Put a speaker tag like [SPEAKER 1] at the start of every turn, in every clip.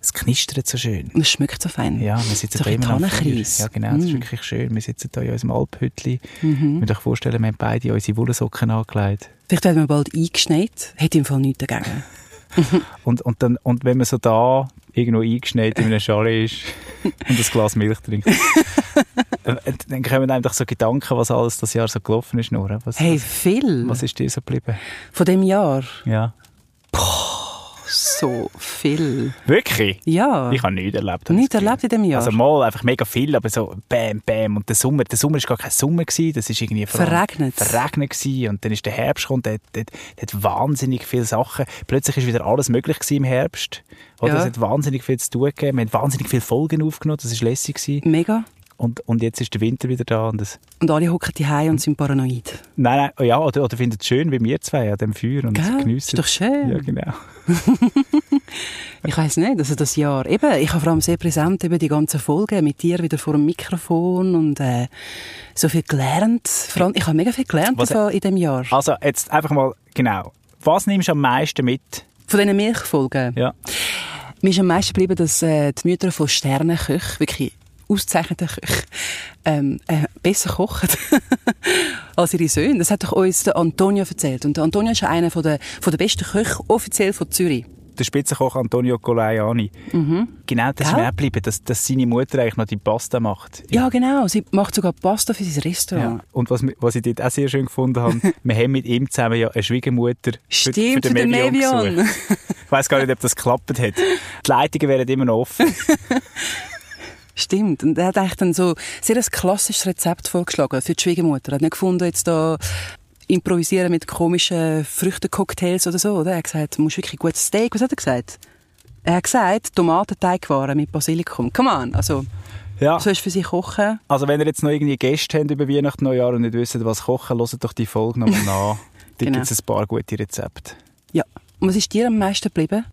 [SPEAKER 1] Es knistert so schön.
[SPEAKER 2] Und es schmeckt so fein.
[SPEAKER 1] Ja, wir sitzen
[SPEAKER 2] Mhm. so
[SPEAKER 1] da immer noch
[SPEAKER 2] Tannenkreis. Mhm.
[SPEAKER 1] frisch. Ja, genau, das ist wirklich schön. Wir sitzen da in unserem Alphütli. Mhm. Müsst euch vorstellen, wir haben beide unsere Wollsocken angelegt.
[SPEAKER 2] Vielleicht werden wir bald eingeschneit. Hätte im Fall nichts dagegen.
[SPEAKER 1] Und, und, dann, und wenn man so da irgendwo eingeschneit in einer Schale ist und ein Glas Milch trinkt, äh, dann kommen einem doch so Gedanken, was alles das Jahr so gelaufen ist, Nora. Was,
[SPEAKER 2] Hey,
[SPEAKER 1] was,
[SPEAKER 2] viel
[SPEAKER 1] was ist dir so geblieben?
[SPEAKER 2] von dem Jahr.
[SPEAKER 1] Ja.
[SPEAKER 2] So viel.
[SPEAKER 1] Wirklich?
[SPEAKER 2] Ja.
[SPEAKER 1] Ich habe nichts erlebt. habe ich
[SPEAKER 2] Nichts
[SPEAKER 1] das Gefühl.
[SPEAKER 2] erlebt in dem Jahr.
[SPEAKER 1] Also mal einfach mega viel, aber so bam, bam. Und der Sommer, der Sommer war gar kein Sommer, gewesen. das ist irgendwie vor allem
[SPEAKER 2] Verregnet.
[SPEAKER 1] verregnet gewesen. Und dann ist der Herbst gekommen, der, der, der hat wahnsinnig viele Sachen. Plötzlich ist wieder alles möglich gewesen im Herbst. Oder
[SPEAKER 2] Ja.
[SPEAKER 1] es hat wahnsinnig viel zu tun gegeben. Wir haben wahnsinnig viele Folgen aufgenommen, das war lässig. Gewesen.
[SPEAKER 2] Mega.
[SPEAKER 1] Und, und jetzt ist der Winter wieder da. Und das,
[SPEAKER 2] Und alle hocken die und sind paranoid.
[SPEAKER 1] nein, nein, oh ja, oder, oder findet es schön, wie wir zwei an dem Feuer und
[SPEAKER 2] Gell?
[SPEAKER 1] geniessen.
[SPEAKER 2] Ist doch schön.
[SPEAKER 1] Ja, genau.
[SPEAKER 2] Ich weiß nicht, also das Jahr. Eben, ich habe vor allem sehr präsent eben die ganzen Folgen mit dir wieder vor dem Mikrofon und äh, so viel gelernt. Vor allem, ich habe mega viel gelernt
[SPEAKER 1] Was-
[SPEAKER 2] davon in dem Jahr.
[SPEAKER 1] Also jetzt einfach mal, genau. Was nimmst du am meisten mit?
[SPEAKER 2] Von diesen Milchfolgen.
[SPEAKER 1] Ja.
[SPEAKER 2] Mir ist am meisten geblieben, dass äh, die Mütter von Sternenköchen, wirklich ausgezeichnete Köche, ähm, äh, besser kochen als ihre Söhne. Das hat doch uns der Antonio erzählt. Und der Antonio ist ja einer von der, von der besten Köche offiziell von Zürich.
[SPEAKER 1] der Spitzenkoch Antonio Colaiani. Genau das ist
[SPEAKER 2] Mhm. Gell?
[SPEAKER 1] mir auch geblieben, dass, dass seine Mutter eigentlich noch die Pasta macht.
[SPEAKER 2] Ja, genau. Sie macht sogar Pasta für sein Restaurant.
[SPEAKER 1] Und was, mi- was ich dort auch sehr schön gefunden habe, wir haben mit ihm zusammen ja eine Schwiegermutter für, für
[SPEAKER 2] Stimmt,
[SPEAKER 1] den
[SPEAKER 2] für den
[SPEAKER 1] Mevion
[SPEAKER 2] Mevion.
[SPEAKER 1] gesucht. Ich weiss gar nicht, ob das geklappt hat. Die Leitungen wären immer noch offen.
[SPEAKER 2] Stimmt. Und er hat eigentlich dann so sehr ein klassisches Rezept vorgeschlagen für die Schwiegermutter. Er hat nicht gefunden, jetzt da improvisieren mit komischen Früchtecocktails oder so, oder? Er hat gesagt, du musst wirklich gutes Steak. Was hat er gesagt? Er hat gesagt, Tomatenteigwaren mit Basilikum. Come on. Also,
[SPEAKER 1] Ja.
[SPEAKER 2] sollst du für sie kochen?
[SPEAKER 1] Also wenn ihr jetzt noch irgendwie Gäste habt über Weihnachten, Neujahr und nicht wisst, was kochen, hört doch die Folge nochmal nach. Dort
[SPEAKER 2] Genau.
[SPEAKER 1] gibt es ein paar gute Rezepte.
[SPEAKER 2] Ja. Und was ist dir am meisten geblieben?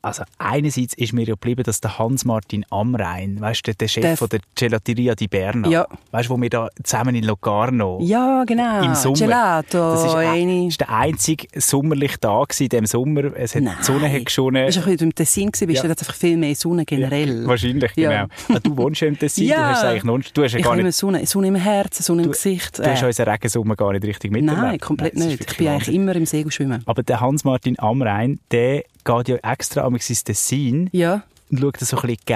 [SPEAKER 1] Also einerseits ist mir ja geblieben, dass der Hans-Martin Amrein, weißt du, der Chef
[SPEAKER 2] Der-
[SPEAKER 1] von der Gelateria di Berna,
[SPEAKER 2] Ja.
[SPEAKER 1] weißt du, wo wir da zusammen in Locarno
[SPEAKER 2] Ja, genau.
[SPEAKER 1] im Sommer.
[SPEAKER 2] Gelato.
[SPEAKER 1] Das ist, ein,
[SPEAKER 2] eine-
[SPEAKER 1] ist der einzige sommerliche Tag gewesen in diesem Sommer. Es hat, die Sonne hat geschonnen.
[SPEAKER 2] Das war ein bisschen im Tessin, gewesen, bist
[SPEAKER 1] Ja.
[SPEAKER 2] du, da hat es einfach viel mehr Sonne generell.
[SPEAKER 1] Wahrscheinlich,
[SPEAKER 2] Ja.
[SPEAKER 1] genau. Ah, du wohnst ja im Tessin, du
[SPEAKER 2] Ja.
[SPEAKER 1] hast es eigentlich noch, du hast ja
[SPEAKER 2] Ich
[SPEAKER 1] gar
[SPEAKER 2] habe immer
[SPEAKER 1] nicht,
[SPEAKER 2] Sonne, Sonne im Herzen, Sonne im Gesicht.
[SPEAKER 1] du hast
[SPEAKER 2] äh.
[SPEAKER 1] unseren Regensommer gar nicht richtig miterlebt.
[SPEAKER 2] Nein, komplett
[SPEAKER 1] das ist
[SPEAKER 2] nicht. Ich
[SPEAKER 1] wirklich
[SPEAKER 2] bin
[SPEAKER 1] Wahnsinn.
[SPEAKER 2] eigentlich immer im Segel schwimmen.
[SPEAKER 1] Aber der Hans-Martin Amrein, der geht ja extra am ins Tessin
[SPEAKER 2] Ja,
[SPEAKER 1] und schaut da so ein bisschen in die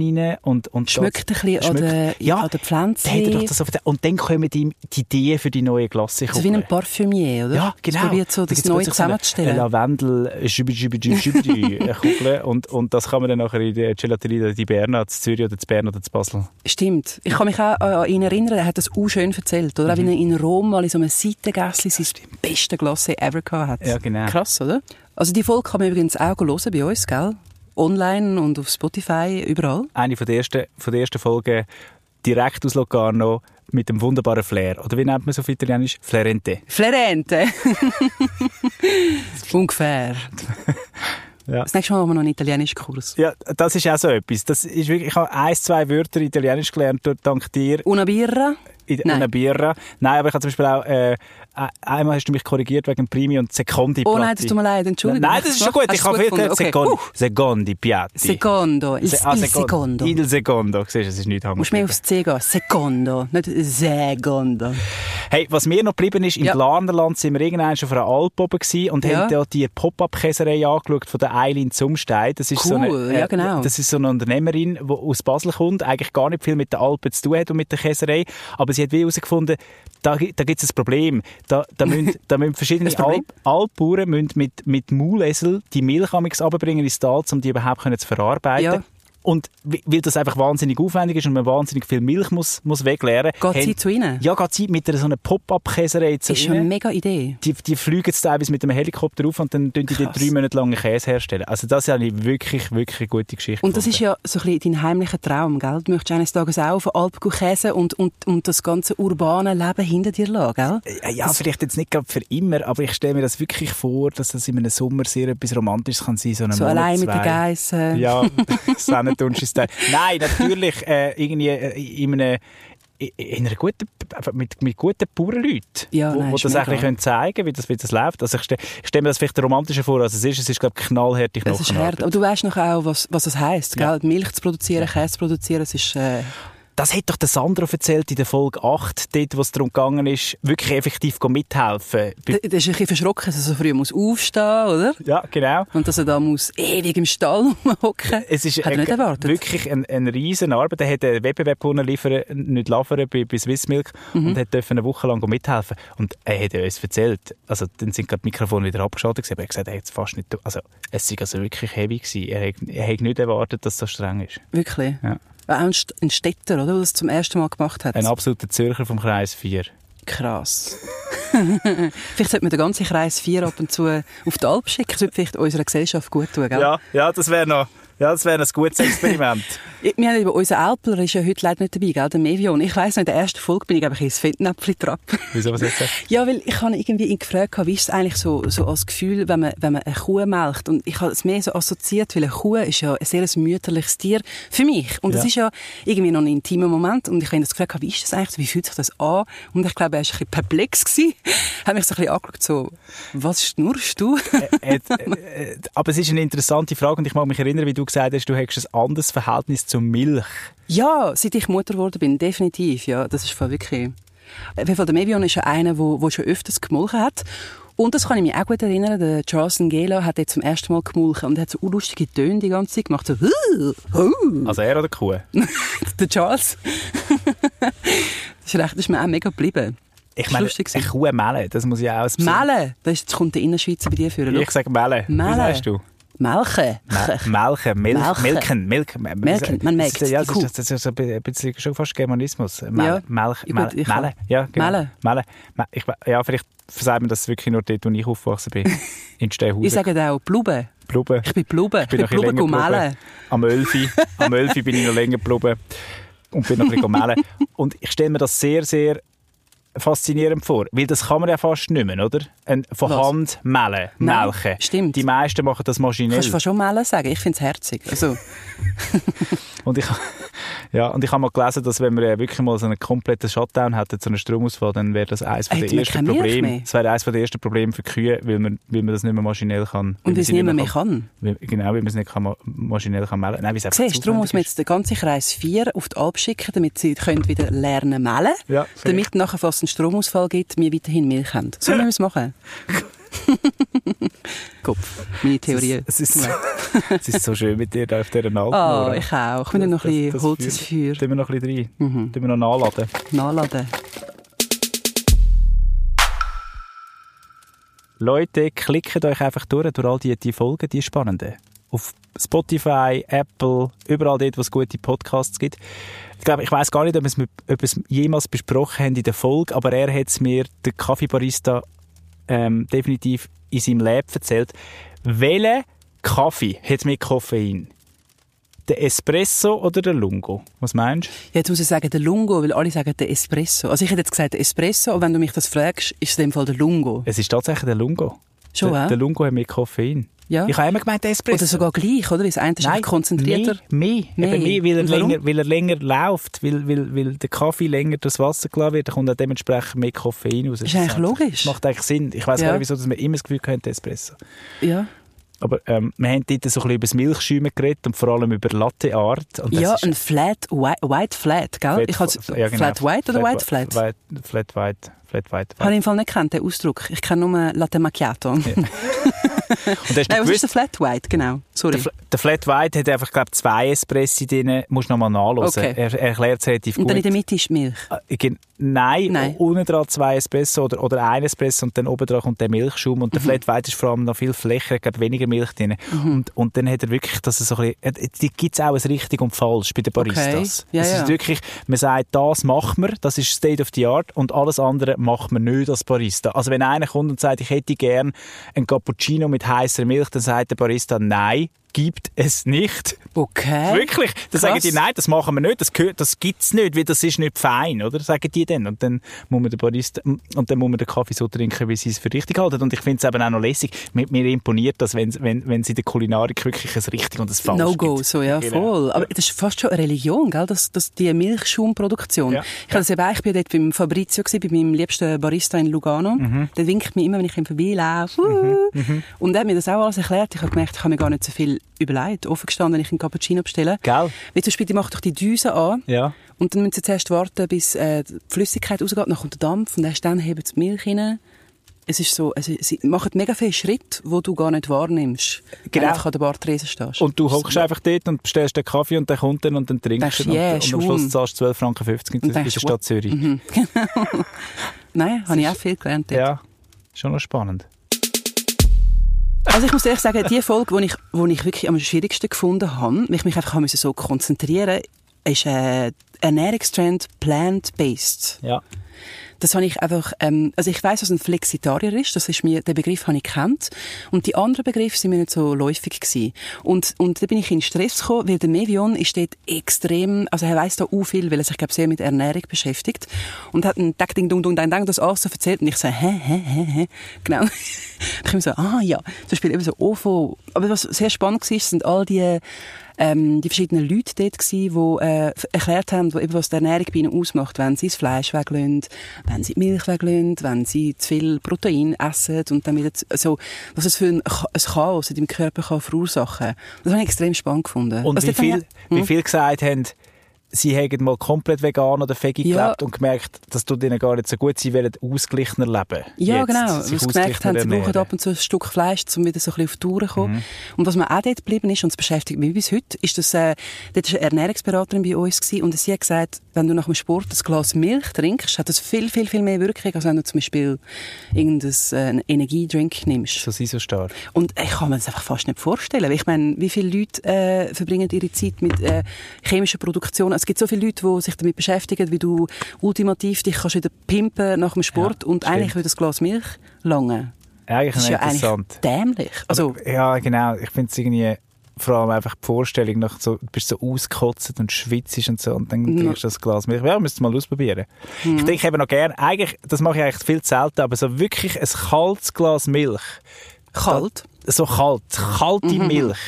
[SPEAKER 1] Gärten rein und, und
[SPEAKER 2] schmeckt ein bisschen an der,
[SPEAKER 1] ja,
[SPEAKER 2] an der Pflanze.
[SPEAKER 1] der hat er doch das so erzählt. Und dann kommen ihm die Ideen für die neue Klasse.
[SPEAKER 2] so wie ein Parfümier, oder?
[SPEAKER 1] Ja, genau.
[SPEAKER 2] Es probiert so
[SPEAKER 1] Da
[SPEAKER 2] das
[SPEAKER 1] gibt's
[SPEAKER 2] Neue
[SPEAKER 1] plötzlich so eine-
[SPEAKER 2] zusammenzustellen.
[SPEAKER 1] Eine Lavendel äh, schübi schübi schübi schübi eine Kugel und, und das kann man dann nachher in der Gelateria di Berna, zu Zürich oder zu Bern oder zu Basel.
[SPEAKER 2] Stimmt. Ich kann mich auch äh, an ihn erinnern, er hat das auch schön erzählt, oder? Auch
[SPEAKER 1] Mhm.
[SPEAKER 2] Wie er in Rom mal in so einem Seitengässchen sein beste Glasse ever gehabt hat.
[SPEAKER 1] Ja, genau.
[SPEAKER 2] Krass, oder? Also die Folge kann man übrigens auch hören bei uns, gell? Online und auf Spotify, überall.
[SPEAKER 1] Eine von der ersten, von der ersten Folgen direkt aus Locarno mit dem wunderbaren Flair. Oder wie nennt man es auf Italienisch? Flairente.
[SPEAKER 2] Flerente! Ungefähr.
[SPEAKER 1] Ja.
[SPEAKER 2] Das nächste Mal machen wir noch einen italienischen Kurs.
[SPEAKER 1] Ja, das ist auch so etwas. Das ist wirklich, ich habe ein, zwei Wörter Italienisch gelernt, durch- dank dir.
[SPEAKER 2] Una birra?
[SPEAKER 1] In
[SPEAKER 2] Nein.
[SPEAKER 1] einer Birra. Nein, aber ich habe zum Beispiel auch, äh, einmal hast du mich korrigiert wegen Primi und Secondi
[SPEAKER 2] Oh
[SPEAKER 1] Piatti.
[SPEAKER 2] nein, das tut mir leid, Entschuldigung.
[SPEAKER 1] Nein, das ist schon gut.
[SPEAKER 2] Hast
[SPEAKER 1] Ich
[SPEAKER 2] du es
[SPEAKER 1] habe viel
[SPEAKER 2] gefunden?
[SPEAKER 1] gehört.
[SPEAKER 2] Okay.
[SPEAKER 1] Secondi,
[SPEAKER 2] Uh,
[SPEAKER 1] Secondi Piatti.
[SPEAKER 2] Secondo. Il,
[SPEAKER 1] Se- ah,
[SPEAKER 2] il
[SPEAKER 1] Secondo.
[SPEAKER 2] secondo.
[SPEAKER 1] Il Secondo. Siehst du, es ist nicht hängen
[SPEAKER 2] Musst mehr
[SPEAKER 1] geblieben.
[SPEAKER 2] aufs C gehen. Secondo. Nicht secondo.
[SPEAKER 1] Hey, was mir noch geblieben ist, im
[SPEAKER 2] Ja.
[SPEAKER 1] Glarnerland sind wir irgendwann schon auf einer Alp oben gewesen und
[SPEAKER 2] Ja.
[SPEAKER 1] haben da die Pop-Up-Käserei angeschaut von der Eileen Zumstein. Das ist so eine, äh,
[SPEAKER 2] Cool, ja, genau.
[SPEAKER 1] Das ist so eine Unternehmerin, die aus Basel kommt, eigentlich gar nicht viel mit der Alpen zu tun hat und mit der Käserei, aber sie hat wie herausgefunden, da, gi- da gibt es ein Problem. Da, da, müssen, da müssen verschiedene
[SPEAKER 2] Das Problem?
[SPEAKER 1] Alp, Alpbauern müssen mit, mit Maulesel die Milch amigs runterbringen ins Tal, um die überhaupt können zu verarbeiten.
[SPEAKER 2] Ja.
[SPEAKER 1] Und wi- weil das einfach wahnsinnig aufwendig ist und man wahnsinnig viel Milch muss, muss wegleeren,
[SPEAKER 2] Geht
[SPEAKER 1] haben-
[SPEAKER 2] sie zu ihnen?
[SPEAKER 1] ja, geht sie mit einer so einer Pop-Up-Käserei zu
[SPEAKER 2] Ist schon eine
[SPEAKER 1] ihnen.
[SPEAKER 2] mega Idee.
[SPEAKER 1] Die, die fliegen jetzt teilweise mit einem Helikopter auf und dann tun die dort
[SPEAKER 2] Krass.
[SPEAKER 1] drei Monate lang Käse herstellen. Also das ist eine wirklich, wirklich gute Geschichte.
[SPEAKER 2] Und das ist ja so ein bisschen dein heimlicher Traum, gell? Du möchtest eines Tages auch auf den Alp käsen und, und, und das ganze urbane Leben hinter dir lassen, gell?
[SPEAKER 1] ja, ja, vielleicht jetzt nicht gerade für immer, aber ich stelle mir das wirklich vor, dass das in einem Sommer sehr etwas Romantisches kann sein kann.
[SPEAKER 2] So allein mit den Geissen.
[SPEAKER 1] Ja, Sonnentunsch ist da. Nein, natürlich, äh, irgendwie äh, in einem in einer guten, mit, mit guten Bauernleuten,
[SPEAKER 2] Ja,
[SPEAKER 1] wo,
[SPEAKER 2] nein,
[SPEAKER 1] wo
[SPEAKER 2] ist
[SPEAKER 1] das
[SPEAKER 2] mega.
[SPEAKER 1] eigentlich können zeigen können, wie das, wie das läuft. Also ich stelle stell mir das vielleicht romantischer vor, als es ist. Es ist, glaube ich, knallharte
[SPEAKER 2] Das ist hart.
[SPEAKER 1] Knochenarbeit.
[SPEAKER 2] Aber du weißt noch auch, was, was das heisst.
[SPEAKER 1] Ja.
[SPEAKER 2] Gell? Milch zu produzieren, Käse zu produzieren, es ist. Äh,
[SPEAKER 1] Das hat doch der Sandro erzählt in der Folge 8, dort, wo es darum gegangen ist, wirklich effektiv go mithelfen. Bei-
[SPEAKER 2] d- das ist ein bisschen verschrocken, dass er so früh muss aufstehen oder?
[SPEAKER 1] Ja, genau.
[SPEAKER 2] Und dass er da muss ewig im Stall rumhocken
[SPEAKER 1] Es ist
[SPEAKER 2] Hat er
[SPEAKER 1] ein-
[SPEAKER 2] nicht erwartet.
[SPEAKER 1] wirklich eine ein riesen Arbeit. Er hat einen Wettbewerb gewonnen, liefern, nicht liefern, bei, bei Swissmilk
[SPEAKER 2] Mhm.
[SPEAKER 1] und hat dürfen eine Woche lang mithelfen. Und er hat uns erzählt, also dann sind gerade die Mikrofone wieder abgeschaltet gewesen, aber er hat gesagt, er hat es fast nicht, also es sei also wirklich heavy gewesen. Er hat, er hat nicht erwartet, dass es so streng ist.
[SPEAKER 2] Wirklich.
[SPEAKER 1] Ja.
[SPEAKER 2] Auch ein St- ein Städter, oder? Der das zum ersten Mal gemacht hat.
[SPEAKER 1] Ein absoluter Zürcher vom Kreis 4.
[SPEAKER 2] Krass. vielleicht sollte man den ganzen Kreis 4 ab und zu auf die Alp schicken. Das würde vielleicht unserer Gesellschaft gut tun, gell?
[SPEAKER 1] ja, das wäre noch, ja, das wäre ein gutes Experiment.
[SPEAKER 2] Ich- Wir haben eben, unser Alpler ist ja heute leider nicht dabei, gell? Der Mevion. Ich weiss noch, in der ersten Folge bin ich aber ins Fettnäpfchen dran.
[SPEAKER 1] Wieso, was jetzt?
[SPEAKER 2] Ja, weil ich habe irgendwie ihn gefragt, wie ist es eigentlich so, so als Gefühl, wenn man, wenn man eine Kuh melkt? Und ich habe es mehr so assoziiert, weil eine Kuh ist ja ein sehr ein mütterliches Tier für mich. Und es
[SPEAKER 1] Ja.
[SPEAKER 2] ist ja irgendwie noch ein intimer Moment. Und ich habe ihn das gefragt, wie ist das eigentlich, so, wie fühlt sich das an? Und ich glaube, er war ein bisschen perplex. gewesen. hat mich so ein bisschen angeschaut, so, was schnurrst du?
[SPEAKER 1] Äh, äh, äh, aber es ist eine interessante Frage und ich mag mich erinnern, wie du gesagt hast, du hättest ein anderes Verhältnis zu Milch.
[SPEAKER 2] Ja, seit ich Mutter geworden bin, definitiv. Ja, das ist voll wirklich. Auf jeden Fall, der Mevion ist ja einer, der, der schon öfters gemolken hat. Und das kann ich mich auch gut erinnern, der Charles Ngela hat jetzt zum ersten Mal gemolken und er hat so unlustige Töne die ganze Zeit gemacht. So, «Huh, huh»,
[SPEAKER 1] Also er oder die Kuh?
[SPEAKER 2] der Charles. das ist recht, das ist mir auch mega geblieben.
[SPEAKER 1] Ich meine,
[SPEAKER 2] Lustig
[SPEAKER 1] eine Kuh mellen, das muss ja auch... ein bisschen-
[SPEAKER 2] Mellen, das ist- jetzt kommt der Innerschweizer bei dir für
[SPEAKER 1] Ich sage mellen.
[SPEAKER 2] Mellen.
[SPEAKER 1] Wie sagst du?
[SPEAKER 2] Melken.
[SPEAKER 1] Me- Melken, Milch,
[SPEAKER 2] Melken.
[SPEAKER 1] Milken, Milken. Milken,
[SPEAKER 2] Melken, man merkt,
[SPEAKER 1] Ja, das
[SPEAKER 2] die Kuh.
[SPEAKER 1] ist, das ist, das ist ein bi- ein bisschen schon fast Germanismus. Mel,
[SPEAKER 2] Ja.
[SPEAKER 1] Melch,
[SPEAKER 2] Ja,
[SPEAKER 1] Mel,
[SPEAKER 2] gut, ich kann-
[SPEAKER 1] Mellen. Ja, genau.
[SPEAKER 2] Mellen.
[SPEAKER 1] Mellen. Me- Ich, we- ja, vielleicht versagt man das wirklich nur dort, wo ich aufgewachsen bin. In
[SPEAKER 2] Ich
[SPEAKER 1] Steinhausen.
[SPEAKER 2] sage auch Bluben.
[SPEAKER 1] Blubben.
[SPEAKER 2] Ich bin Bluben. Ich bin,
[SPEAKER 1] noch ein bisschen
[SPEAKER 2] Bluben
[SPEAKER 1] länger
[SPEAKER 2] gemahlen.
[SPEAKER 1] geblieben. Am 11. am 11 bin ich noch länger geblieben und bin noch ein bisschen gemahlen. Und ich stelle mir das sehr, sehr faszinierend vor, weil das kann man ja fast nicht mehr, oder? Ein, von
[SPEAKER 2] Was?
[SPEAKER 1] Hand malen,
[SPEAKER 2] Nein,
[SPEAKER 1] melken.
[SPEAKER 2] stimmt.
[SPEAKER 1] Die meisten machen das maschinell.
[SPEAKER 2] Kannst du fast schon Mellen sagen? Ich finde es herzig. Also,
[SPEAKER 1] Und ich, ja, und ich habe mal gelesen, dass wenn wir äh, wirklich mal so einen kompletten Shutdown hätten, so einen Stromausfall, dann wäre das eines von
[SPEAKER 2] Hätten
[SPEAKER 1] der
[SPEAKER 2] wir
[SPEAKER 1] ersten
[SPEAKER 2] keine Milch
[SPEAKER 1] Probleme.
[SPEAKER 2] mehr?
[SPEAKER 1] Das wäre eines von der ersten Probleme für die Kühe, weil man, weil man das nicht mehr maschinell kann. weil
[SPEAKER 2] und
[SPEAKER 1] man
[SPEAKER 2] wie es
[SPEAKER 1] sie nicht
[SPEAKER 2] niemand mehr kann.
[SPEAKER 1] Weil, genau, weil man es nicht kann, ma- maschinell kann melden. Nein, weil es einfach
[SPEAKER 2] Siehst,
[SPEAKER 1] zu
[SPEAKER 2] du, darum muss man
[SPEAKER 1] aufwendig
[SPEAKER 2] jetzt den ganzen Kreis 4 auf die Alp schicken, damit sie können wieder lernen melden,
[SPEAKER 1] Ja, vielleicht.
[SPEAKER 2] damit nachher, falls es einen Stromausfall gibt, wir weiterhin Milch haben. So müssen wir es machen. Kopf, meine Theorie.
[SPEAKER 1] Es ist, es ist so schön mit dir da auf dieser Alp.
[SPEAKER 2] Ah,
[SPEAKER 1] Nora.
[SPEAKER 2] ich auch. Ich will noch ein bisschen Holz ins Feuer Mhm.
[SPEAKER 1] Tun wir noch ein bisschen rein. Tun wir noch nachladen.
[SPEAKER 2] nachladen.
[SPEAKER 1] Leute, klickt euch einfach durch, durch all die, die Folgen, die spannenden. Auf Spotify, Apple, überall dort, wo es gute Podcasts gibt. Ich glaube, ich weiß gar nicht, ob wir es mit- ob wir es jemals besprochen haben in der Folge, aber er hat es mir, der Kaffeebarista, ähm, definitiv in seinem Lab erzählt. Welcher Kaffee hat mehr Koffein? Der Espresso oder der Lungo? Was meinst du?
[SPEAKER 2] Jetzt muss ich sagen, der Lungo, weil alle sagen der Espresso. Also ich hätte jetzt gesagt der Espresso, aber wenn du mich das fragst, ist es in dem Fall der Lungo.
[SPEAKER 1] Es ist tatsächlich der Lungo.
[SPEAKER 2] Schon,
[SPEAKER 1] der,
[SPEAKER 2] hä?
[SPEAKER 1] der Lungo hat mehr Koffein.
[SPEAKER 2] Ja.
[SPEAKER 1] Ich habe immer gemeint, der Espresso.
[SPEAKER 2] Oder sogar gleich, oder? Weil das eine ist einfach konzentrierter.
[SPEAKER 1] Mehr, mehr.
[SPEAKER 2] Mehr.
[SPEAKER 1] Eben mehr weil, er
[SPEAKER 2] Und warum?
[SPEAKER 1] länger, weil er länger läuft, weil, weil, weil der Kaffee länger durchs Wasser gelassen wird, da kommt auch dementsprechend mehr Koffein raus.
[SPEAKER 2] Ist eigentlich
[SPEAKER 1] Das
[SPEAKER 2] logisch.
[SPEAKER 1] Macht eigentlich Sinn. Ich weiß
[SPEAKER 2] Ja.
[SPEAKER 1] gar nicht, wieso dass wir immer das Gefühl haben, Espresso.
[SPEAKER 2] Ja.
[SPEAKER 1] Aber ähm, wir haben dort so ein bisschen über das Milchschäumen geredet und vor allem über Latte Art. Und das
[SPEAKER 2] Ja,
[SPEAKER 1] ist
[SPEAKER 2] ein Flat White, white Flat, gell? ich habe
[SPEAKER 1] ja, genau.
[SPEAKER 2] Flat White oder White Flat?
[SPEAKER 1] White, flat White, Flat White.
[SPEAKER 2] Habe ich
[SPEAKER 1] white.
[SPEAKER 2] im Fall nicht gekannt, den Ausdruck. Ich kenne nur Latte Macchiato.
[SPEAKER 1] Und hast du
[SPEAKER 2] Nein, was ist
[SPEAKER 1] gewusst,
[SPEAKER 2] der Flat White? Genau. Sorry.
[SPEAKER 1] der, Fl- der Flat White hat einfach, glaube zwei Espressi drin. Musst du nochmal nachlesen.
[SPEAKER 2] Okay.
[SPEAKER 1] Er, er erklärt es relativ
[SPEAKER 2] Und
[SPEAKER 1] gut.
[SPEAKER 2] dann in der Mitte ist Milch.
[SPEAKER 1] Äh, gen- Nein,
[SPEAKER 2] Nein.
[SPEAKER 1] Nein. unten dran zwei Espresso oder, oder ein Espresso und dann oben dran kommt der Milchschaum
[SPEAKER 2] Mhm.
[SPEAKER 1] und der Flat White ist vor allem noch viel flächer, ich glaube weniger Milch drin. Und, und dann hat er wirklich, dass er so ein bisschen, äh, die gibt es auch ein richtig und falsch bei den Baristas.
[SPEAKER 2] Ja,
[SPEAKER 1] es
[SPEAKER 2] ja.
[SPEAKER 1] ist wirklich, man sagt, das macht man, das ist State of the Art und alles andere macht man nicht als Barista. Also wenn einer kommt und sagt, ich hätte gern einen Cappuccino mit heißer Milch, dann sagt der Barista, nein, gibt es nicht.
[SPEAKER 2] Okay.
[SPEAKER 1] Wirklich? Dann
[SPEAKER 2] Krass.
[SPEAKER 1] sagen die, nein, das machen wir nicht, das, gehört, das gibt es nicht, weil das ist nicht fein, oder? Sagen die dann. Und dann muss man den Barista, und dann muss man den Kaffee so trinken, wie sie es für richtig halten. Und ich finde es eben auch noch lässig. Mir, mir imponiert das, wenn, wenn, wenn sie der Kulinarik wirklich ein richtig und ein falsch
[SPEAKER 2] No-Go,
[SPEAKER 1] gibt.
[SPEAKER 2] so, ja,
[SPEAKER 1] Genau.
[SPEAKER 2] voll. Aber das ist fast schon eine Religion, gell? Das, das, die Milchschaumproduktion.
[SPEAKER 1] Ja.
[SPEAKER 2] Ich, habe das eben, auch- ich bin dort beim Fabrizio, gewesen, bei meinem liebsten Barista in Lugano.
[SPEAKER 1] Mhm.
[SPEAKER 2] Der winkt mir immer, wenn ich ihm vorbeilaufe. Uh. Und er hat mir das auch alles erklärt. Ich habe gemerkt, ich habe mir gar nicht so viel überlegt. Offen gestanden, wenn ich einen Cappuccino bestelle.
[SPEAKER 1] Gell?
[SPEAKER 2] Wie zum Beispiel, die macht doch die Düse an.
[SPEAKER 1] Ja.
[SPEAKER 2] Und dann müssen sie zuerst warten, bis äh, die Flüssigkeit rausgeht, dann kommt der Dampf und erst dann heben sie die Milch rein. Es ist so, also, sie machen mega viele Schritte, die du gar nicht wahrnimmst. Wenn
[SPEAKER 1] Genau.
[SPEAKER 2] du einfach an der Bartrese stehst.
[SPEAKER 1] Und du hockst einfach dort und bestellst den Kaffee und dann kommt er und dann trinkst
[SPEAKER 2] Denkst,
[SPEAKER 1] du ihn. und,
[SPEAKER 2] yeah,
[SPEAKER 1] und am
[SPEAKER 2] schon.
[SPEAKER 1] Schluss zahlst du 12,50 Franken in der
[SPEAKER 2] denkst,
[SPEAKER 1] Stadt Zürich.
[SPEAKER 2] Mhm. Nein, habe ich auch viel gelernt. dort.
[SPEAKER 1] Ja, schon noch spannend.
[SPEAKER 2] Also ich muss ehrlich sagen, die Folge, die ich, wo ich wirklich am schwierigsten gefunden habe, weil ich mich einfach musste so konzentrieren ist äh, Ernährungstrend plant-based.
[SPEAKER 1] Ja.
[SPEAKER 2] Das habe ich einfach, ähm, also ich weiß, was ein Flexitarier ist. Das ist mir, den Begriff habe ich kennt. Und die anderen Begriffe sind mir nicht so läufig gewesen. Und, und da bin ich in Stress gekommen, weil der Mevion ist dort extrem, also er weiß da auch viel, weil er sich, glaube ich, sehr mit Ernährung beschäftigt. Und hat ein Ding, Ding, Ding, Ding, Ding, Ding, das alles so erzählt. Und ich so, hä, hä, hä, hä. Genau. ich bin so, ah, ja. Zum Beispiel eben so OVO. Aber was sehr spannend war, sind all die, ähm, die verschiedenen Leute dort gsi, die äh, f- erklärt haben, wo- eben, was die Ernährung bei ihnen ausmacht, wenn sie das Fleisch weglassen, wenn sie die Milch weglassen, wenn sie zu viel Protein essen und damit jetzt- also, was es für ein, Cha- ein Chaos in deinem Körper kann verursachen. Das habe ich extrem spannend gefunden.
[SPEAKER 1] Und
[SPEAKER 2] Also
[SPEAKER 1] wie,
[SPEAKER 2] dort habe ich-
[SPEAKER 1] viel, wie viel gesagt haben, sie hätten mal komplett vegan oder veggie
[SPEAKER 2] Ja.
[SPEAKER 1] gelebt und gemerkt, das tut ihnen gar nicht so gut, sie wollen ausgeglichener leben.
[SPEAKER 2] Ja,
[SPEAKER 1] Jetzt,
[SPEAKER 2] genau.
[SPEAKER 1] sich
[SPEAKER 2] Weil sie gemerkt haben, sie
[SPEAKER 1] ausgeglichener
[SPEAKER 2] brauchen ab und zu ein Stück Fleisch, um wieder so ein bisschen auf die Tour zu kommen. Und was mir auch dort geblieben ist, und es beschäftigt mich bis heute, ist, dass äh, dort ist eine Ernährungsberaterin bei uns gewesen, und sie hat gesagt, wenn du nach dem Sport ein Glas Milch trinkst, hat das viel, viel, viel mehr Wirkung, als wenn du zum Beispiel irgendeinen äh, einen Energiedrink nimmst.
[SPEAKER 1] So sind so stark.
[SPEAKER 2] Und ich kann mir das einfach fast nicht vorstellen. Weil Ich meine, wie viele Leute äh, verbringen ihre Zeit mit äh, chemischer Produktion? Es gibt so viele Leute, die sich damit beschäftigen, wie du ultimativ dich kannst wieder pimpen nach dem Sport
[SPEAKER 1] Ja,
[SPEAKER 2] und
[SPEAKER 1] stimmt.
[SPEAKER 2] eigentlich würde das Glas Milch lange.
[SPEAKER 1] Eigentlich
[SPEAKER 2] Das ist ja eigentlich
[SPEAKER 1] interessant.
[SPEAKER 2] dämlich. Also,
[SPEAKER 1] Ja, genau. Ich finde es irgendwie vor allem einfach die Vorstellung, nach so, du bist so auskotzt und schwitzt und so und dann trinkst du das Glas Milch. Ja, müsst es mal ausprobieren.
[SPEAKER 2] Hm.
[SPEAKER 1] Ich denke eben noch gerne, eigentlich, das mache ich eigentlich viel zu selten, aber so wirklich ein kaltes Glas Milch,
[SPEAKER 2] kalt.
[SPEAKER 1] so kalt, kalte Milch,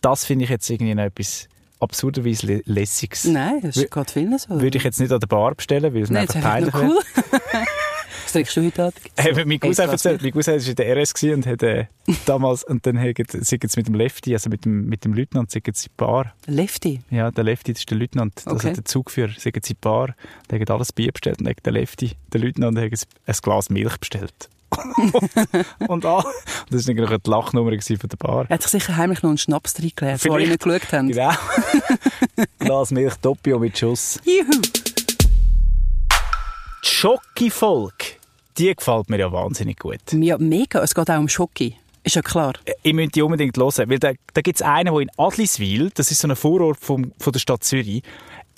[SPEAKER 1] das finde ich jetzt irgendwie noch etwas absurderweise lä- Lässiges.
[SPEAKER 2] Nein, das
[SPEAKER 1] Wür-
[SPEAKER 2] geht vielen so.
[SPEAKER 1] Würde ich jetzt nicht an der Bar bestellen, weil es mir
[SPEAKER 2] Nein, das
[SPEAKER 1] einfach
[SPEAKER 2] ist einfach
[SPEAKER 1] peinlich
[SPEAKER 2] noch
[SPEAKER 1] wäre.
[SPEAKER 2] cool. Was trinkst du heute Abend?
[SPEAKER 1] Eben, mein Cousin
[SPEAKER 2] Hey, krass,
[SPEAKER 1] erzählt, mein Cousin war in der RS gewesen und hat äh, damals, und dann hat- sind jetzt mit dem Lefty, also mit dem, mit dem Leutnant, sind jetzt in die Bar.
[SPEAKER 2] Lefty.
[SPEAKER 1] Ja, der Lefty, das ist der Leutnant, also
[SPEAKER 2] Okay.
[SPEAKER 1] der Zugführer, sind jetzt in die Bar, der hat alles Bier bestellt und dann hat der Lefty, der Leutnant, hat jetzt ein Glas Milch bestellt. und, und, all, und das war noch die Lachnummer gewesen von der Bar.
[SPEAKER 2] Er hat sich sicher heimlich noch einen Schnaps reingelegt, wo alle
[SPEAKER 1] Vielleicht.
[SPEAKER 2] nicht geschaut haben.
[SPEAKER 1] Genau. Glas Milch Doppio mit Schuss.
[SPEAKER 2] Juhu!
[SPEAKER 1] Die Schocki-Folge, die gefällt mir ja wahnsinnig gut.
[SPEAKER 2] Ja, mega. Es geht auch um Schoki. Ist ja klar.
[SPEAKER 1] Äh, Ich müsste die unbedingt hören, weil da, da gibt es einen, der in Adliswil, das ist so ein Vorort vom, von der Stadt Zürich,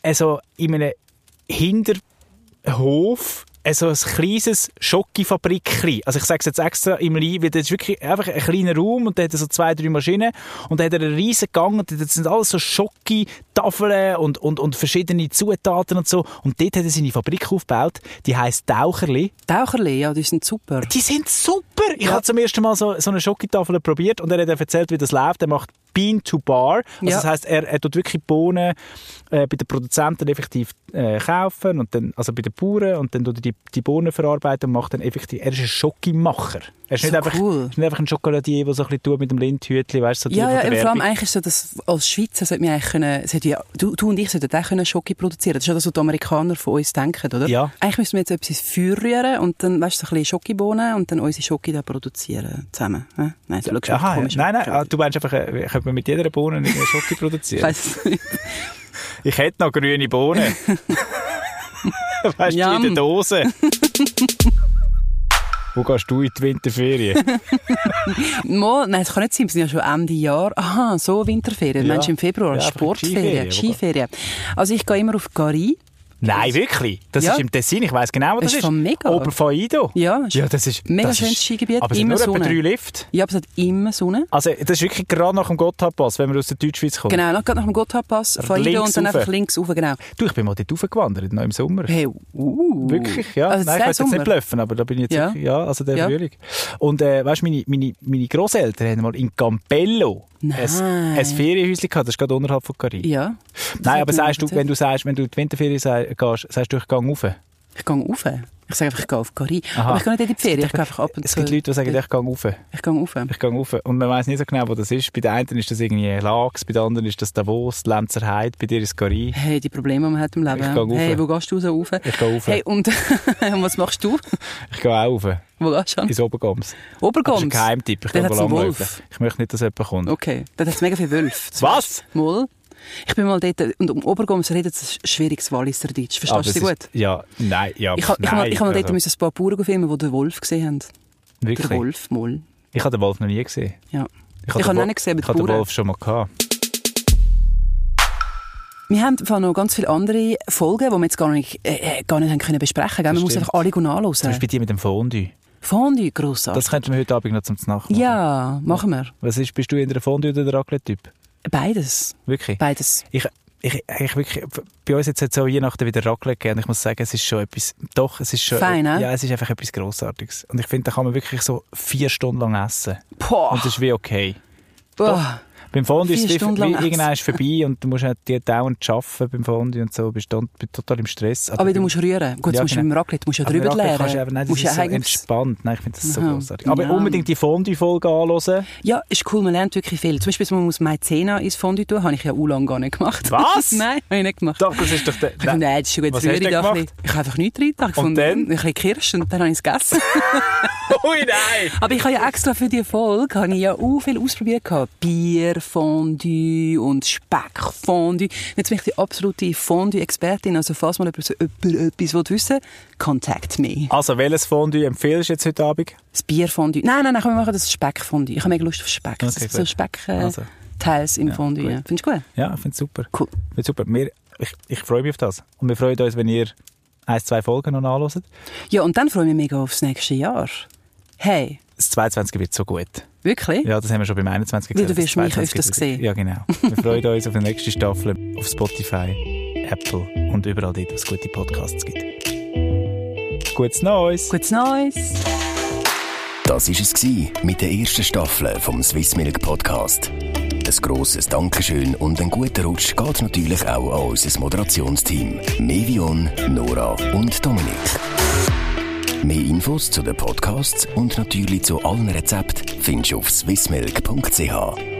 [SPEAKER 1] also in einem Hinterhof, also ein kleines Schokifabrikli. Also ich sage es jetzt extra im Leih, weil das ist wirklich einfach ein kleiner Raum und da hat er so zwei, drei Maschinen und da hat er einen riesen Gang und das sind alles so Schoki-Tafeln und, und, und verschiedene Zutaten und so. Und dort hat er seine Fabrik aufgebaut, die heisst Taucherli.
[SPEAKER 2] Taucherli, ja, die sind super.
[SPEAKER 1] Die sind super! Ich habe zum ersten Mal so, so eine Schokitafel probiert und er hat dann erzählt, wie das läuft. Er macht Bean to Bar. Also
[SPEAKER 2] Ja.
[SPEAKER 1] Das heisst, er, er tut wirklich Bohnen äh, bei den Produzenten effektiv äh, kaufen, und dann, also bei den Bauern, und dann tut er die, die Bohnen verarbeiten und macht dann effektiv. Er ist ein Schokimacher. Er ist,
[SPEAKER 2] So
[SPEAKER 1] nicht, einfach,
[SPEAKER 2] cool.
[SPEAKER 1] ist nicht einfach ein Schokoladier, der so ein bisschen tut mit dem Lindhütli, weißt du, so die
[SPEAKER 2] Ja,
[SPEAKER 1] von
[SPEAKER 2] ja,
[SPEAKER 1] der
[SPEAKER 2] eben, vor allem
[SPEAKER 1] Werbung.
[SPEAKER 2] eigentlich ist so, dass als Schweizer sollten wir eigentlich können, sollten ja, du, du und ich sollten auch können Schoki produzieren. Das ist ja das, was die Amerikaner von uns denken, oder?
[SPEAKER 1] Ja.
[SPEAKER 2] Eigentlich müssen wir jetzt etwas ins Feuer rühren und dann, weißt du, so ein bisschen Schokibohnen und dann unsere Schoki da produzieren zusammen. hä? Nein, du schaust mich
[SPEAKER 1] Aha, ja.
[SPEAKER 2] komisch
[SPEAKER 1] nein, ah,
[SPEAKER 2] an.
[SPEAKER 1] nein, ah, du meinst einfach, äh, könnte man mit jeder Bohne nicht mehr Schoki
[SPEAKER 2] Ich
[SPEAKER 1] produzieren?
[SPEAKER 2] weiss es nicht.
[SPEAKER 1] Ich hätte noch grüne Bohnen. weißt du, in
[SPEAKER 2] Yum.
[SPEAKER 1] der Dose. Wo gehst du in die Winterferien?
[SPEAKER 2] Mo, nein, es kann nicht sein, wir sind ja schon Ende Jahr. Aha, so Winterferien.
[SPEAKER 1] Ja.
[SPEAKER 2] Mensch, im Februar,
[SPEAKER 1] Ja, einfach
[SPEAKER 2] Sportferien,
[SPEAKER 1] Skiferien,
[SPEAKER 2] Skiferien. Also ich gehe immer auf Gari.
[SPEAKER 1] Nein, wirklich. Das
[SPEAKER 2] Ja.
[SPEAKER 1] ist im Tessin. Ich weiss genau, wo
[SPEAKER 2] Das
[SPEAKER 1] das
[SPEAKER 2] ist
[SPEAKER 1] ist.
[SPEAKER 2] von mega.
[SPEAKER 1] Oberfaido.
[SPEAKER 2] Ja, ist-
[SPEAKER 1] ja, das ist
[SPEAKER 2] mega
[SPEAKER 1] das
[SPEAKER 2] schönes
[SPEAKER 1] ist-
[SPEAKER 2] Skigebiet,
[SPEAKER 1] Aber es sind
[SPEAKER 2] immer
[SPEAKER 1] nur etwa
[SPEAKER 2] Sonne.
[SPEAKER 1] drei Lift.
[SPEAKER 2] Ja, aber es hat immer Sonne.
[SPEAKER 1] Also das ist wirklich gerade nach dem Gotthardpass, wenn man aus der Deutschschweiz kommt.
[SPEAKER 2] Genau, noch gerade nach dem Gotthardpass, von
[SPEAKER 1] Links
[SPEAKER 2] Ido und dann
[SPEAKER 1] rauf.
[SPEAKER 2] einfach links rauf, genau.
[SPEAKER 1] Du, ich bin mal dort raufgewandert, noch im Sommer.
[SPEAKER 2] Hey, uh.
[SPEAKER 1] Wirklich, ja.
[SPEAKER 2] Also,
[SPEAKER 1] Nein, ich
[SPEAKER 2] der
[SPEAKER 1] weiß jetzt
[SPEAKER 2] Sommer.
[SPEAKER 1] nicht bluffen, aber da bin ich jetzt
[SPEAKER 2] Ja.
[SPEAKER 1] wirklich, ja, also der
[SPEAKER 2] Ja.
[SPEAKER 1] Frühling. Und äh, weißt du, meine, meine, meine Grosseltern haben mal in Campello ein,
[SPEAKER 2] Nein.
[SPEAKER 1] ein Ferienhäuschen gehabt, das ist gerade unterhalb von Karin.
[SPEAKER 2] Ja.
[SPEAKER 1] Nein, aber
[SPEAKER 2] hat man
[SPEAKER 1] sagst du,
[SPEAKER 2] erzählt.
[SPEAKER 1] wenn du sagst, wenn du die Winterferien sei- gehst, sagst du, ich gehe rauf.
[SPEAKER 2] Ich gehe rauf. Ich sage einfach, ich gehe auf Karin.
[SPEAKER 1] Aha.
[SPEAKER 2] Aber ich gehe nicht in die Ferien, ich gehe einfach ab und
[SPEAKER 1] Es
[SPEAKER 2] zu.
[SPEAKER 1] gibt Leute, die
[SPEAKER 2] eh,
[SPEAKER 1] sagen, ich gehe rauf.
[SPEAKER 2] Ich gehe rauf.
[SPEAKER 1] Ich gehe rauf. Und man weiß nicht so genau, wo das ist. Bei den einen ist das irgendwie Lax, bei den anderen ist das Davos, die Lenzer Heide, bei dir ist Karin.
[SPEAKER 2] Hey, die Probleme, die man hat im Leben.
[SPEAKER 1] Ich gehe rauf.
[SPEAKER 2] Hey, wo gehst du so rauf?
[SPEAKER 1] Ich gehe rauf.
[SPEAKER 2] Hey, und, und was machst du?
[SPEAKER 1] Ich gehe auch rauf,
[SPEAKER 2] Wo gehst du an?
[SPEAKER 1] ins Obergams. Das ist ein
[SPEAKER 2] Obergoms?
[SPEAKER 1] Geheimtipp, ich
[SPEAKER 2] Dort
[SPEAKER 1] gehe
[SPEAKER 2] hat's einen
[SPEAKER 1] langlaufen.
[SPEAKER 2] Wolf.
[SPEAKER 1] Ich möchte nicht, dass jemand kommt.
[SPEAKER 2] Okay, dort hat es mega viele Wölfe. Das
[SPEAKER 1] Was?
[SPEAKER 2] Mal. Ich bin mal dort, und um Obergoms redet es ein schwieriges Walliserdeutsch.
[SPEAKER 1] Aber
[SPEAKER 2] Verstehst du
[SPEAKER 1] es
[SPEAKER 2] sie gut?
[SPEAKER 1] Ist, ja, nein, ja,
[SPEAKER 2] Ich habe ich hab mal,
[SPEAKER 1] nein,
[SPEAKER 2] ich hab mal dort
[SPEAKER 1] also,
[SPEAKER 2] müssen ein paar Bauern filmen, die den Wolf gesehen haben.
[SPEAKER 1] wirklich.
[SPEAKER 2] Der Wolf, mal.
[SPEAKER 1] Ich habe den Wolf noch nie gesehen.
[SPEAKER 2] Ja. Ich
[SPEAKER 1] den
[SPEAKER 2] habe ihn
[SPEAKER 1] Wo-
[SPEAKER 2] auch nicht gesehen, aber
[SPEAKER 1] Ich
[SPEAKER 2] die
[SPEAKER 1] habe den
[SPEAKER 2] Bauern.
[SPEAKER 1] Wolf schon mal gehabt.
[SPEAKER 2] Wir haben im Fall noch ganz viele andere Folgen, die wir jetzt gar nicht, äh, äh, gar nicht haben können besprechen können. Man muss
[SPEAKER 1] stimmt.
[SPEAKER 2] einfach alle gut
[SPEAKER 1] Zum
[SPEAKER 2] nachhören.
[SPEAKER 1] Beispiel die mit dem Fondue.
[SPEAKER 2] Fondue, grossartig.
[SPEAKER 1] Das könnten wir heute Abend noch zum Nacht machen.
[SPEAKER 2] Ja, machen wir.
[SPEAKER 1] Was ist, bist du in der Fondue oder der Raclette-Typ?
[SPEAKER 2] Beides.
[SPEAKER 1] Wirklich?
[SPEAKER 2] Beides.
[SPEAKER 1] Ich, ich, ich wirklich, bei uns jetzt hat es auch Weihnachten wieder Raclette gegeben. und Ich muss sagen, es ist schon etwas, doch, es ist schon, e-
[SPEAKER 2] Fein, ne?
[SPEAKER 1] ja, es ist einfach etwas Grossartiges. Und ich finde, da kann man wirklich so vier Stunden lang essen.
[SPEAKER 2] Boah.
[SPEAKER 1] Und das ist wie okay.
[SPEAKER 2] Boah. Ah,
[SPEAKER 1] Beim Fondue ist es
[SPEAKER 2] Vier
[SPEAKER 1] wie,
[SPEAKER 2] Stunden
[SPEAKER 1] wie
[SPEAKER 2] lang
[SPEAKER 1] irgendwann ist es vorbei und du musst halt die dauernd arbeiten beim Fondue und so, bist, dann, bist total im Stress.
[SPEAKER 2] Aber du musst rühren. Gut,
[SPEAKER 1] Ja,
[SPEAKER 2] du musst
[SPEAKER 1] genau.
[SPEAKER 2] beim Raclette musst du ja
[SPEAKER 1] Aber
[SPEAKER 2] drüber
[SPEAKER 1] Raclette
[SPEAKER 2] lernen.
[SPEAKER 1] kannst du einfach- Nein, das
[SPEAKER 2] musst ja
[SPEAKER 1] ist so
[SPEAKER 2] eigentlich-
[SPEAKER 1] entspannt. Nein, ich finde das so
[SPEAKER 2] Aha. Genau.
[SPEAKER 1] großartig. Aber
[SPEAKER 2] Ja.
[SPEAKER 1] unbedingt die Fondue-Folge anhören.
[SPEAKER 2] Ja, ist cool, man lernt wirklich viel. Zum Beispiel, man muss Maizena ins Fondue tun, habe ich ja auch lange gar nicht gemacht.
[SPEAKER 1] Was?
[SPEAKER 2] Nein, habe ich nicht gemacht.
[SPEAKER 1] Doch, das ist doch der...
[SPEAKER 2] Ich dachte, nein, das ist schon gut,
[SPEAKER 1] Was
[SPEAKER 2] rühre
[SPEAKER 1] hast du
[SPEAKER 2] ich da ein
[SPEAKER 1] gemacht?
[SPEAKER 2] bisschen. Ich habe einfach nichts rein. Ich fand,
[SPEAKER 1] dann?
[SPEAKER 2] Ein bisschen Kirsch und dann habe ich es gegessen.
[SPEAKER 1] Ui, nein!
[SPEAKER 2] Aber ich habe ja extra für die Folge habe ich ja auch viel ausprobiert. gehabt. Bierfondue und Speckfondue. Jetzt bin ich die absolute Fondue-Expertin. Also falls mal jemand so jemand etwas will wissen contact me.
[SPEAKER 1] Also, welches Fondue empfiehlst du jetzt heute Abend?
[SPEAKER 2] Das Bierfondue. Nein, nein, nein, komm, wir machen das Speckfondue. Ich habe mega Lust auf Speck. Das
[SPEAKER 1] Okay,
[SPEAKER 2] ist
[SPEAKER 1] gut.
[SPEAKER 2] so Speck äh,
[SPEAKER 1] Also.
[SPEAKER 2] Teils im
[SPEAKER 1] Ja,
[SPEAKER 2] Fondue.
[SPEAKER 1] gut.
[SPEAKER 2] ja. Findest du gut?
[SPEAKER 1] Ja, ich finde es super.
[SPEAKER 2] Cool.
[SPEAKER 1] Ich find's super. Wir, ich, ich freue mich auf das. Und wir freuen uns, wenn ihr ein, zwei Folgen noch anhört.
[SPEAKER 2] Ja, und dann freue ich mich mega aufs nächste Jahr. Hey,
[SPEAKER 1] Das 22 wird so gut.
[SPEAKER 2] wirklich?
[SPEAKER 1] Ja, das haben wir schon beim 21
[SPEAKER 2] Weil
[SPEAKER 1] gesehen.
[SPEAKER 2] du
[SPEAKER 1] Das
[SPEAKER 2] wirst mich
[SPEAKER 1] 22
[SPEAKER 2] öfters
[SPEAKER 1] wird-
[SPEAKER 2] sehen.
[SPEAKER 1] Ja, genau. Wir freuen uns auf die nächste Staffel auf Spotify, Apple und überall dort, wo es gute Podcasts gibt. Gutes Neues!
[SPEAKER 2] Gutes Neues!
[SPEAKER 3] Das war es gsi mit der ersten Staffel vom Swissmilk Podcast. Ein grosses Dankeschön und ein guter Rutsch geht natürlich auch an unser Moderationsteam. Mevion, Nora und Dominik. Mehr Infos zu den Podcasts und natürlich zu allen Rezepten findest du auf swissmilk.ch.